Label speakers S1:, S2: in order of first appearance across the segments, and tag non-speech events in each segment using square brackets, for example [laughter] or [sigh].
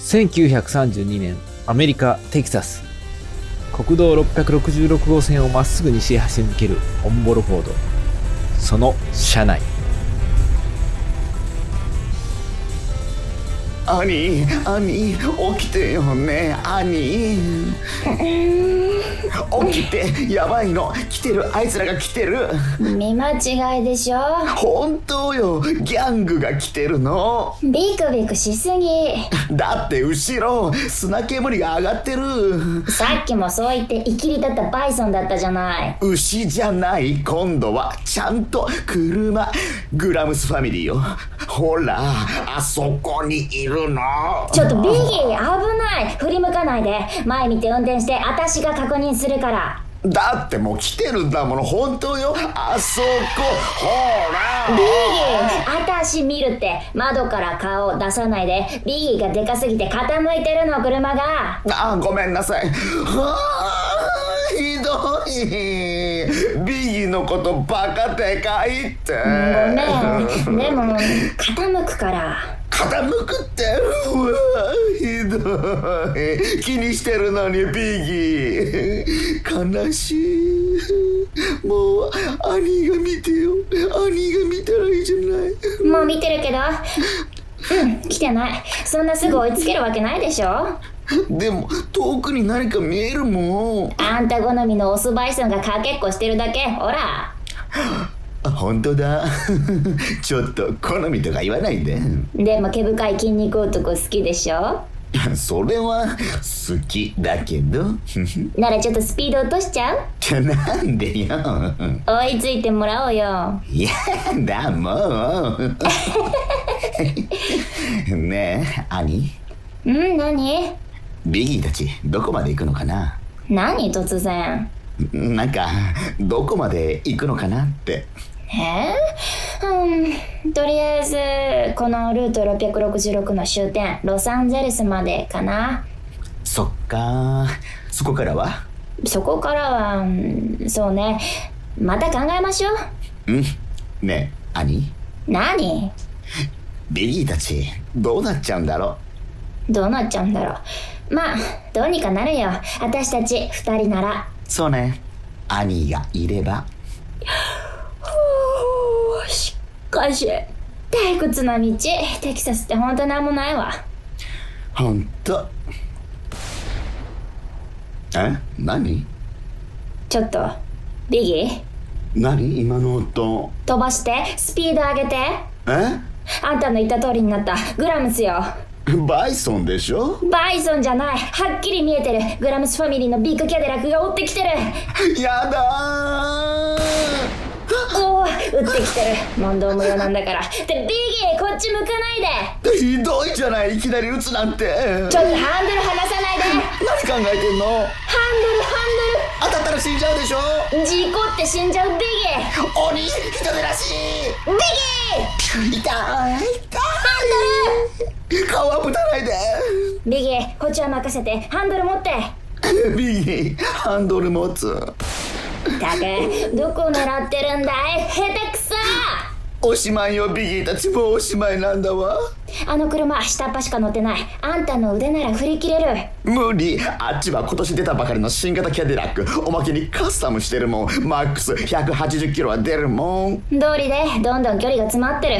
S1: 1932年アメリカ・テキサス国道666号線をまっすぐ西へ走り抜けるオンボロフォードその車内
S2: 兄兄起きてよね兄起きてやばいの来てるあいつらが来てる
S3: 見間違いでしょ
S2: 本当よギャングが来てるの
S3: ビクビクしすぎ
S2: だって後ろ砂煙が上がってる
S3: さっきもそう言っていきり立ったバイソンだったじゃない
S2: 牛じゃない今度はちゃんと車グラムスファミリーよほらあそこにいるの
S3: ちょっとビギー危ない振り向かないで前見て運転して私が確認するから
S2: だってもう来てるんだもの本当よあそこほら
S3: ビギー私見るって窓から顔を出さないでビギーがでかすぎて傾いてるの車が
S2: あごめんなさい [laughs] はあひどいビギーのことバカでかいって
S3: ごめんでも傾くから
S2: 傾くってうわひどい気にしてるのにビギー悲しいもう兄が見てよ兄が見たらいいじゃない
S3: もう見てるけどうん来てないそんなすぐ追いつけるわけないでしょ
S2: でも遠くに何か見えるもん
S3: あんた好みのオスバイソンがかけっこしてるだけほら
S2: あ本当だ [laughs] ちょっと好みとか言わないで
S3: でも毛深い筋肉男好きでしょ
S2: [laughs] それは好きだけど
S3: ならちょっとスピード落としちゃう
S2: じゃなんでよ [laughs]
S3: 追いついてもらおうよ
S2: いやだもう [laughs] ねえ兄
S3: うん何
S2: ビギーたちどこまで行くのかな
S3: 何突然
S2: なんかどこまで行くのかなって
S3: えー、うんとりあえずこのルート666の終点ロサンゼルスまでかな
S2: そっかそこからは
S3: そこからはうんそうねまた考えましょう
S2: うんねえ兄
S3: 何
S2: ビギーたちどうなっちゃうんだろ
S3: どうなっちゃうんだろうまあどうにかなるよ私たち二人なら
S2: うそうね兄がいれば
S3: しかし退屈な道テキサスってほんとなんもないわ
S2: ほんとえ何
S3: ちょっとビギー
S2: 何今の音
S3: 飛ばしてスピード上げて
S2: え
S3: あんたの言った通りになったグラムスよ
S2: バイソンでしょ
S3: バイソンじゃないはっきり見えてるグラムスファミリーのビッグキャデラックが追ってきてる
S2: やだ
S3: おお追ってきてる問答無用なんだからでビギーこっち向かないで
S2: ーひどいじゃないいきなり撃つなんて
S3: ちょっとハンドル離さないでハン
S2: 何考えてんの
S3: ドルハ
S2: 当たったら死んじゃうでしょ
S3: ンドル事故って死んじゃうビギ
S2: 鬼人でらしい
S3: ービ
S2: 痛
S3: ギ
S2: い痛い顔はぶたないで
S3: ービギーこっちは任せてハンドル持って
S2: ビギーハンドル持つ
S3: ったくどこ狙ってるんだい下手くそ
S2: おしまいよビギーたちもうおしまいなんだわ
S3: あの車下っ端しか乗ってないあんたの腕なら振り切れる
S2: 無理あっちは今年出たばかりの新型キャデラックおまけにカスタムしてるもんマックス180キロは出るもん
S3: 通りでどんどん距離が詰まってる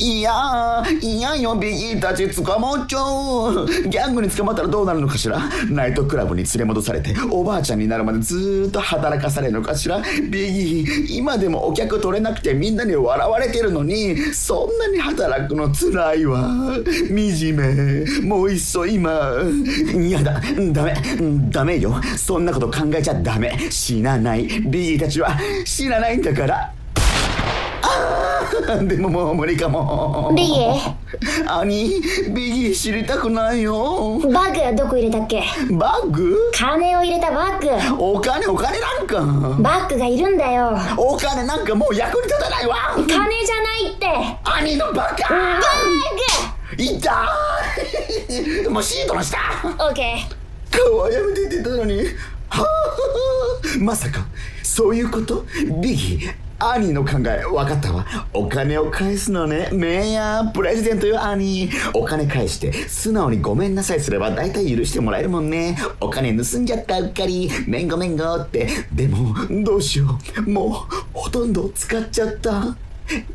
S2: いやーいやよビギーたち捕まっちゃうギャングに捕まったらどうなるのかしらナイトクラブに連れ戻されておばあちゃんになるまでずーっと働かされるのかしらビギー今でもお客取れなくてみんなに笑われてるのにそんなに働くのつらいわ惨めもういっそ今いやだダメダメよそんなこと考えちゃダメ死なないビギーたちは死なないんだからでももう無理かも
S3: ビギ
S2: 兄ビギー知りたくないよ
S3: ーバッグどこ入れたっけ
S2: バッグ
S3: 金を入れたバッグ
S2: お金お金なんか
S3: バッグがいるんだよ
S2: お金なんかもう役に立たないわ
S3: 金じゃないって
S2: 兄のバカ
S3: バ
S2: 痛いもうシートの下
S3: ッグオッケ
S2: 顔はやめて [laughs] って言ってたのにはあまさかそういうことビギー兄の考え分かったわお金を返すのねメイヤープレジデントよ兄お金返して素直にごめんなさいすれば大体許してもらえるもんねお金盗んじゃったうっかりめんごめんごってでもどうしようもうほとんど使っちゃった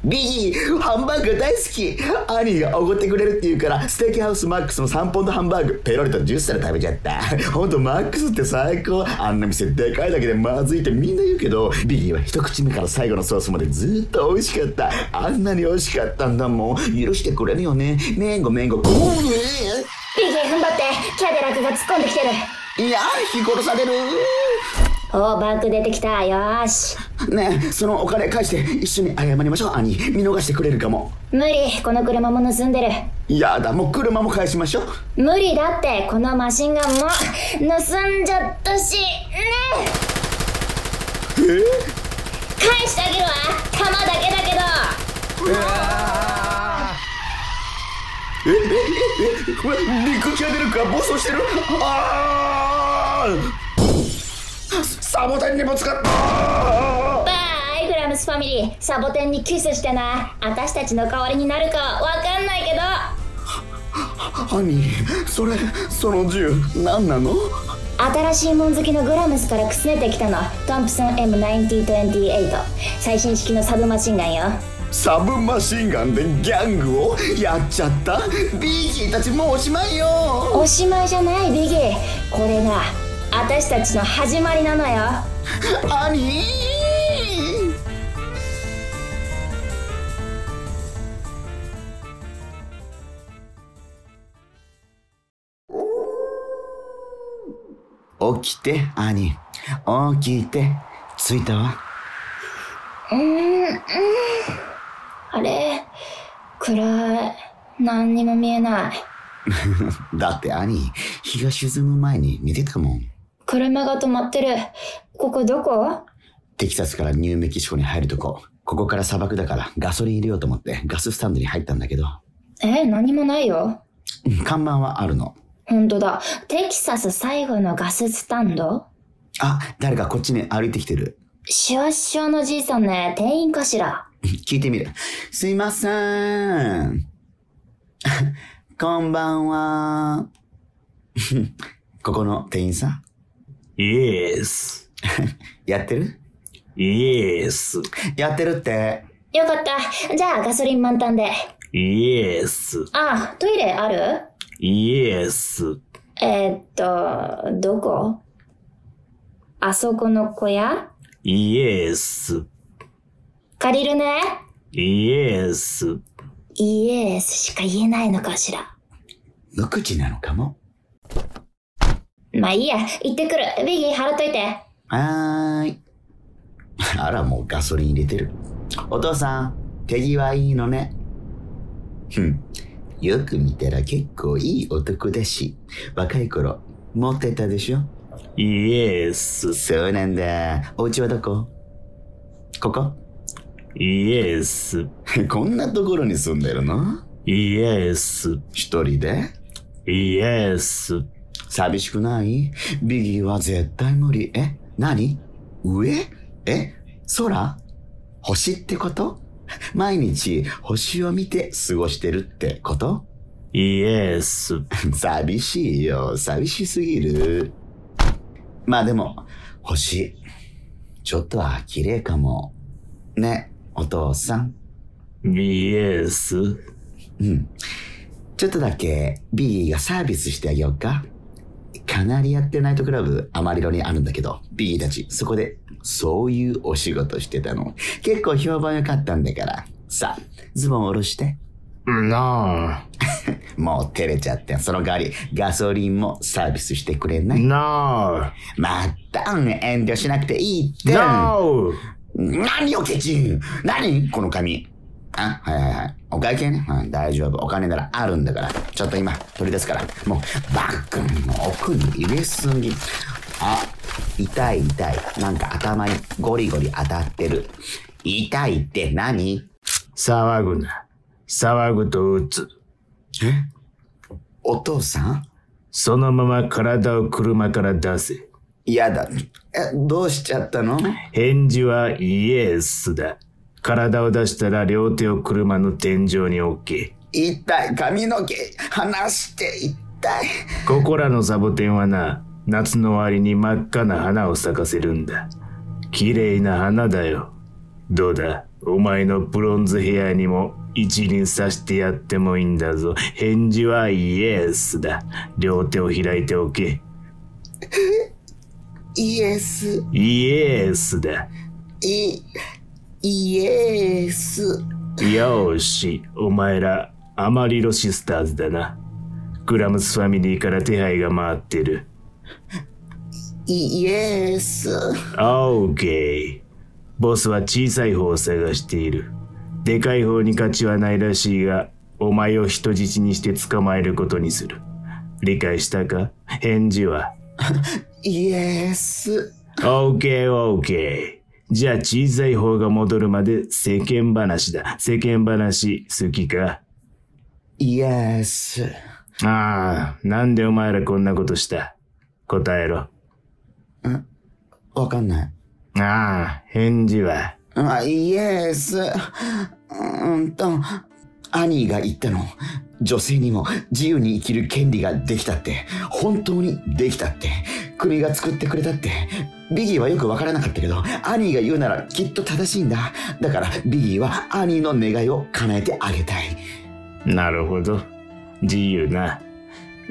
S2: リギーハンバーグ大好き兄がおごってくれるって言うからステーキハウスマックスの3ポンドハンバーグペロリと10皿食べちゃったほんとマックスって最高あんな店でかいだけでまずいってみんな言うけどビギーは一口目から最後のソースまでずっと美味しかったあんなに美味しかったんだもん許してくれるよねめんごめんごこうね
S3: ビギー踏ん張ってキャデラックが突っ込んできてる
S2: いや日殺される
S3: おーバック出てきたよーし
S2: ねえそのお金返して一緒に謝りましょう兄見逃してくれるかも
S3: 無理この車も盗んでる
S2: やだもう車も返しましょう
S3: 無理だってこのマシンガンも盗んじゃったしね
S2: え
S3: 返してあげるわ弾だけだけど
S2: ええええこれビッグキャデルが暴走してるああサボテンにぶつかった
S3: バイグラムスファミリーサボテンにキスしてな私たちの代わりになるかわかんないけど
S2: 犯人それその銃何なの
S3: 新しいもん好きのグラムスからくすねてきたのトンプソン M9028 最新式のサブマシンガンよ
S2: サブマシンガンでギャングをやっちゃったビーキーたちもうおしまいよ
S3: おしまいじゃないビギーこれが私たちの始まりなのよ
S2: 兄起きて兄起きて着いたわ
S3: あれ暗い何にも見えない
S2: だって兄日が沈む前に寝てたもん
S3: 車が止まってるここどこ
S2: テキサスからニューメキシコに入るとこここから砂漠だからガソリン入れようと思ってガススタンドに入ったんだけど
S3: え何もないよ
S2: うん看板はあるの
S3: ほんとだテキサス最後のガススタンド
S2: あ誰かこっちに歩いてきてる
S3: シュワシュワのじいさんね店員かしら
S2: 聞いてみる。すいません。 [laughs] こんばんは。 [laughs] ここの店員さん
S4: Yes.
S2: [laughs] やってる
S4: Yes.
S2: やってるって。
S3: よかったじゃあガソリン満タンで
S4: Yes.
S3: あトイレある
S4: Yes.
S3: えーっとどこあそこの小屋
S4: Yes.
S3: 借りるね
S4: Yes.
S3: イエスしか言えないのかしら
S2: 無口なのかも。
S3: まあいいや行ってくるビギー払っといて
S2: はーい。 [laughs] あら、もうガソリン入れてる。お父さん、手際いいのね。ふん。よく見たら結構いい男だし、若い頃、モテたでしょ
S4: Yes.
S2: そうなんだ。お家はどこここ
S4: Yes.
S2: [laughs] こんなところに住んでるの
S4: Yes.
S2: 一人で
S4: Yes.
S2: 寂しくないビギーは絶対無理。え何上え空星ってこと毎日星を見て過ごしてるってこと
S4: Yes.
S2: [laughs] 寂しいよ。寂しすぎる。まあでも、星、ちょっとは綺麗かも。ね、お父さん。
S4: Yes.
S2: うん。ちょっとだけ B がサービスしてあげようか。カナリアってナイトクラブアマリロにあるんだけど、B たちそこでそういうお仕事してたの。結構評判良かったんだから。さあ、ズボン下ろして。
S4: No.
S2: もう照れちゃって、その代わりガソリンもサービスしてくれない。
S4: No.
S2: またん遠慮しなくていいって。
S4: No.
S2: 何をケチン何この紙。あ、はいはいはい。お会計ね。うん、大丈夫。お金ならあるんだから。ちょっと今、取り出すから。もう、バッグの奥に入れすぎ。あ、痛い痛い。なんか頭にゴリゴリ当たってる。痛いって何
S4: 騒ぐな。騒ぐと打つ。
S2: お父さん
S4: そのまま体を車から出せ。
S2: 嫌だ。え、どうしちゃったの
S4: 返事はイエスだ。体を出したら両手を車の天井に置け。
S2: 痛い、髪の毛、離して、痛い。
S4: ここらのサボテンはな、夏の終わりに真っ赤な花を咲かせるんだ。綺麗な花だよ。どうだお前のブロンズヘアにも一輪さしてやってもいいんだぞ。返事はイエスだ。両手を開いておけ。
S2: イエス、
S4: イエスだ。
S2: イ、イエス。
S4: よーし、お前ら、アマリロシスターズだな。グラムスファミリーから手配が回ってる。
S2: イエス。
S4: オーケー。ボスは小さい方を探している。でかい方に価値はないらしいが、お前を人質にして捕まえることにする。理解したか返事は。
S2: イエス。
S4: オーケーオーケー。じゃあ小さい方が戻るまで世間話だ。世間話、好きか
S2: イエス。
S4: ああ、なんでお前らこんなことした答えろ。
S2: わかんない。
S4: ああ、返事は。
S2: あ、イエス。うーんと、兄が言ったの。女性にも自由に生きる権利ができたって。本当にできたって。国が作ってくれたって。ビギーはよくわからなかったけど、兄が言うならきっと正しいんだ。だからビギーは兄の願いを叶えてあげたい。
S4: なるほど。自由な。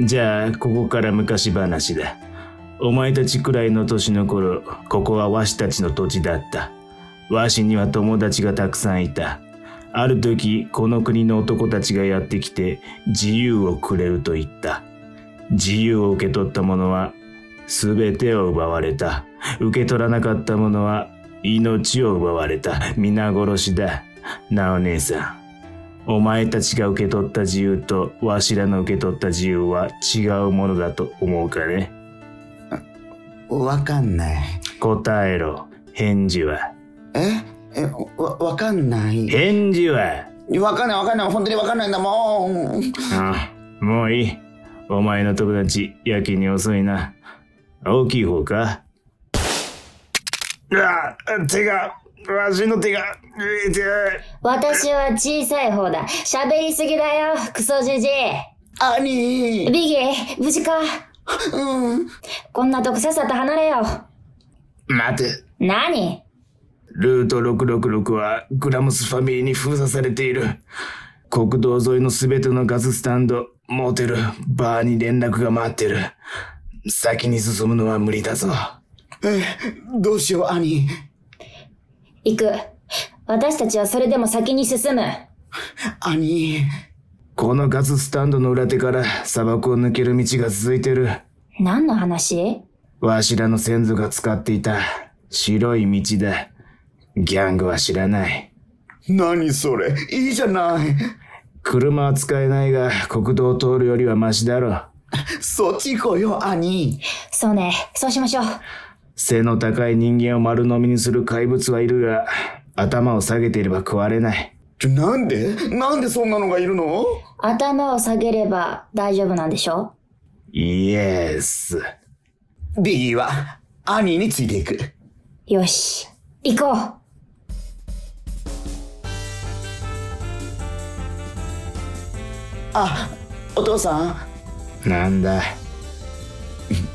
S4: じゃあ、ここから昔話だ。お前たちくらいの年の頃、ここはわしたちの土地だった。わしには友達がたくさんいた。ある時、この国の男たちがやってきて、自由をくれると言った。自由を受け取った者は、すべてを奪われた。受け取らなかった者は、命を奪われた。皆殺しだ。なお姉さん。お前たちが受け取った自由とわしらの受け取った自由は違うものだと思うかね
S2: わかんない。
S4: 答えろ返事は
S2: ええ、わ、わかんない。
S4: 返事は
S2: わかんないわかんない。本当にわかんないんだもん。
S4: あもういいお前の友達やけに遅いな大きい方かうわ手がわしの手が痛い
S3: 私は小さい方だ。喋りすぎだよ、クソじじい。
S2: 兄
S3: ビギー、無事か
S2: うん。
S3: こんなとこさっさと離れよ
S4: 待て
S3: う。何
S4: ルート666はグラムスファミリーに封鎖されている。国道沿いのすべてのガススタンド、モーテル、バーに連絡が回ってる。先に進むのは無理だぞ。
S2: どうしよう、兄。
S3: 行く。私たちはそれでも先に進む。
S2: 兄。
S4: このガススタンドの裏手から砂漠を抜ける道が続いてる。
S3: 何の話
S4: わしらの先祖が使っていた白い道だ。ギャングは知らない。
S2: 何それ。いいじゃない。
S4: 車は使えないが国道を通るよりはマシだろ。
S2: そっち行こうよ、兄。
S3: そうね、そうしましょう。
S4: 背の高い人間を丸飲みにする怪物はいるが、頭を下げていれば食われない。
S2: ちょなんでなんでそんなのがいるの
S3: 頭を下げれば大丈夫なんでしょ
S4: イエス。
S2: ビギーは、兄についていく。
S3: よし、行こう。
S2: あ、お父さ
S4: なんだ。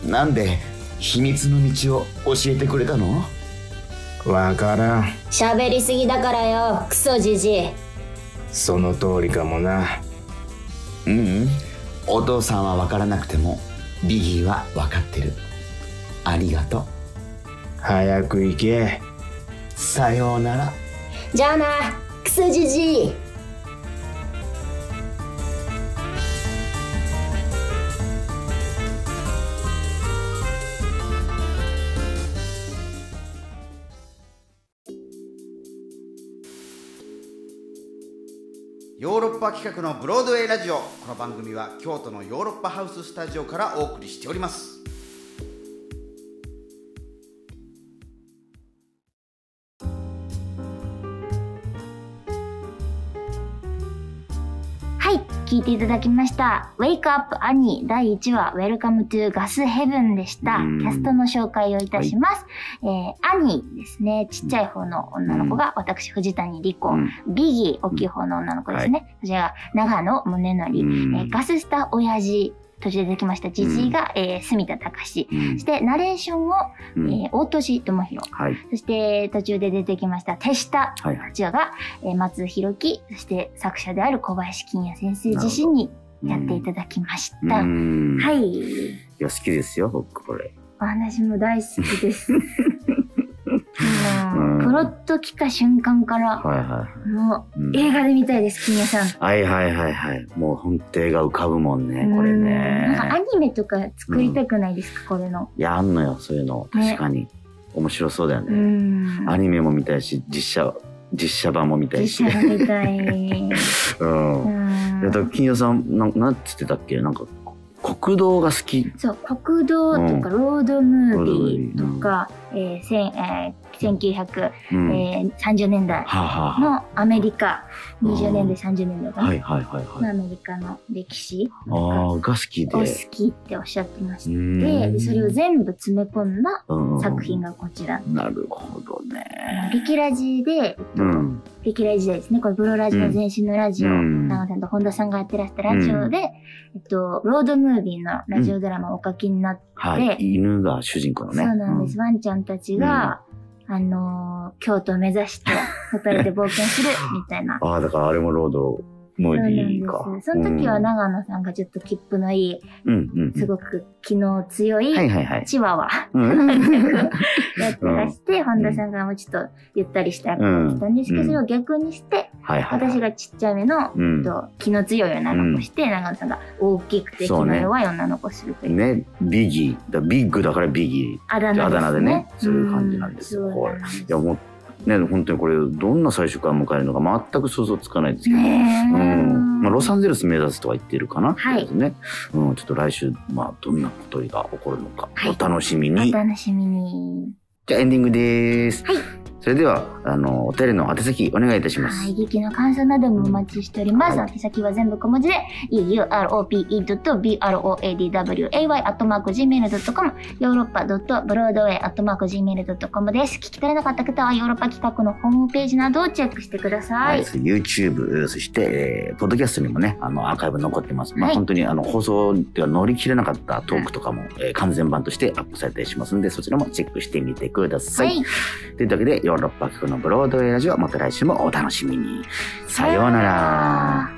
S2: ん。なんで、秘密の道を教えてくれたの
S4: わからん。
S3: 喋りすぎだからよ、クソじじい。
S4: その通りかもな。
S2: ううん。お父さんは分からなくても、ビギーは分かってる。ありがとう。
S4: 早く行け。
S2: さようなら。
S3: じゃあな、クソじじい。
S5: ヨーロッパ企画のブロードウェイラジオこの番組は京都のヨーロッパハウススタジオからお送りしております
S6: はい、聞いていただきました。Wake Up Annie 第1話 Welcome to Gas Heaven でした。キ
S7: うん
S6: ャストの紹介をいたします。えー、アニーですね。ちっちゃい方の女の子が私、藤谷莉子。
S7: うん
S6: ビギー、大きい方の女の子ですね。こちらが長野宗則。えーガススタ親父、途中で出てきましたじじいが、えー、住田隆。そして、ナレーションを、
S7: うん
S6: えー大俊智弘。
S7: はい
S6: そして、途中で出てきました手下、
S7: はい
S6: こちらが、えー松弘樹、そして作者である小林金也先生自身にやっていただきまし
S7: う
S6: た。
S7: ん
S6: はいい。
S7: や好きですよ僕これ
S6: お話も大好き
S7: [laughs]
S6: です。
S7: う
S6: も
S7: ん
S6: うプロッと来た瞬間から、
S7: はいは
S6: も
S7: い、うん
S6: う映画で見たいです、金也さん。
S7: はいはいはいはいもう本当が浮かぶもんねこれ
S6: うんなんかア
S7: ね
S6: ニメとか作りたくないですか、これの。
S7: いやあんのよそういうの
S6: ね
S7: 確かに面白そうだよ
S6: う
S7: ね
S6: ん。
S7: アニメも見たいし実写実写版も見たいし
S6: 実写が見たい。
S7: [laughs] うん
S6: うん
S7: いやだから金曜さんなんなんつってたっけなんかこ国道が好き
S6: そう、国道とかロードムービーとか、えーせんえー
S7: うん、
S6: 1930年代
S7: はあ、はあは
S6: のアメリカ、
S7: うん
S6: 20年代、30年代か
S7: あ、
S6: な
S7: はいはいはいは
S6: の
S7: い
S6: アメリカの歴史
S7: あーが好きで
S6: を好きっておっしゃってまして、
S7: うん
S6: でそれを全部詰め込んだ
S7: うん
S6: 作品がこちら。
S7: なるほどね
S6: リキラジで、
S7: うん
S6: リキラジですね、これブロラジの前身のラジオ、
S7: うん
S6: 長田さんと本田さんがやってらしたラジオで、えっと、ロードムービーのラジオドラマをお書きになって
S7: はい
S6: で
S7: 犬が主人公のね
S6: そうなんです。ワンちゃんたちが、あのー京都を目指して、働いて冒険する、みたいな。
S7: ああだからあれもロードム
S6: そう
S7: ー
S6: なんで
S7: ビーか
S6: す。その時は
S7: な
S6: 長野さんがちょっと切符のい
S7: うんうん
S6: い、すごく気の強
S7: うんはい
S6: い、
S7: はいはい
S6: チワ [laughs] ワ
S7: うん
S6: やってらして、本田さんがもうちょっとゆったりした
S7: うん
S6: やったんですけど、
S7: うん
S6: それを逆にして、
S7: はいはい
S6: 私がちっちゃめの、
S7: うん
S6: と気の強い女の子して、長野さんが大きくて気
S7: そうね
S6: の弱い女の子をするという。
S7: ねビギーだビッグだからビギー
S6: あだ名ですね。
S7: あだ名でねそういう感じなんですよ
S6: うんそうなんです
S7: いやもうね本当にこれどんな最初から迎えるのか全く想像つかないですけど、
S6: ねえ
S7: うんまあ、ロサンゼルス目指すとは言ってるかな、
S6: はい
S7: とうことでねうん、ちょっと来週、まあ、どんなことが起こるのか
S6: はい
S7: お楽しみに、
S6: お楽しみに。
S7: じゃあエンディングです、
S6: はい
S7: それではあのお便りの宛先お願いいたします、
S6: はい、劇の感想などもお待ちしております。
S7: はい
S6: 宛先は全部小文字で、europe.broadway.gmail.com、ヨーロッパ .broadway.gmail.com です。聞き取れなかった方はヨーロッパ企画のホームページなどをチェックしてください。
S7: はい、YouTube そして、えーポッドキャストにもねあのアーカイブ残ってます、まあ、
S6: はい
S7: 本当にあの放送では乗り切れなかったトークとかも、えー完全版としてアップされたりしますんでそちらもチェックしてみてください、
S6: はい
S7: というわけでヨーロッパ企画のブロードウェイラジオまた来週もお楽しみにさようなら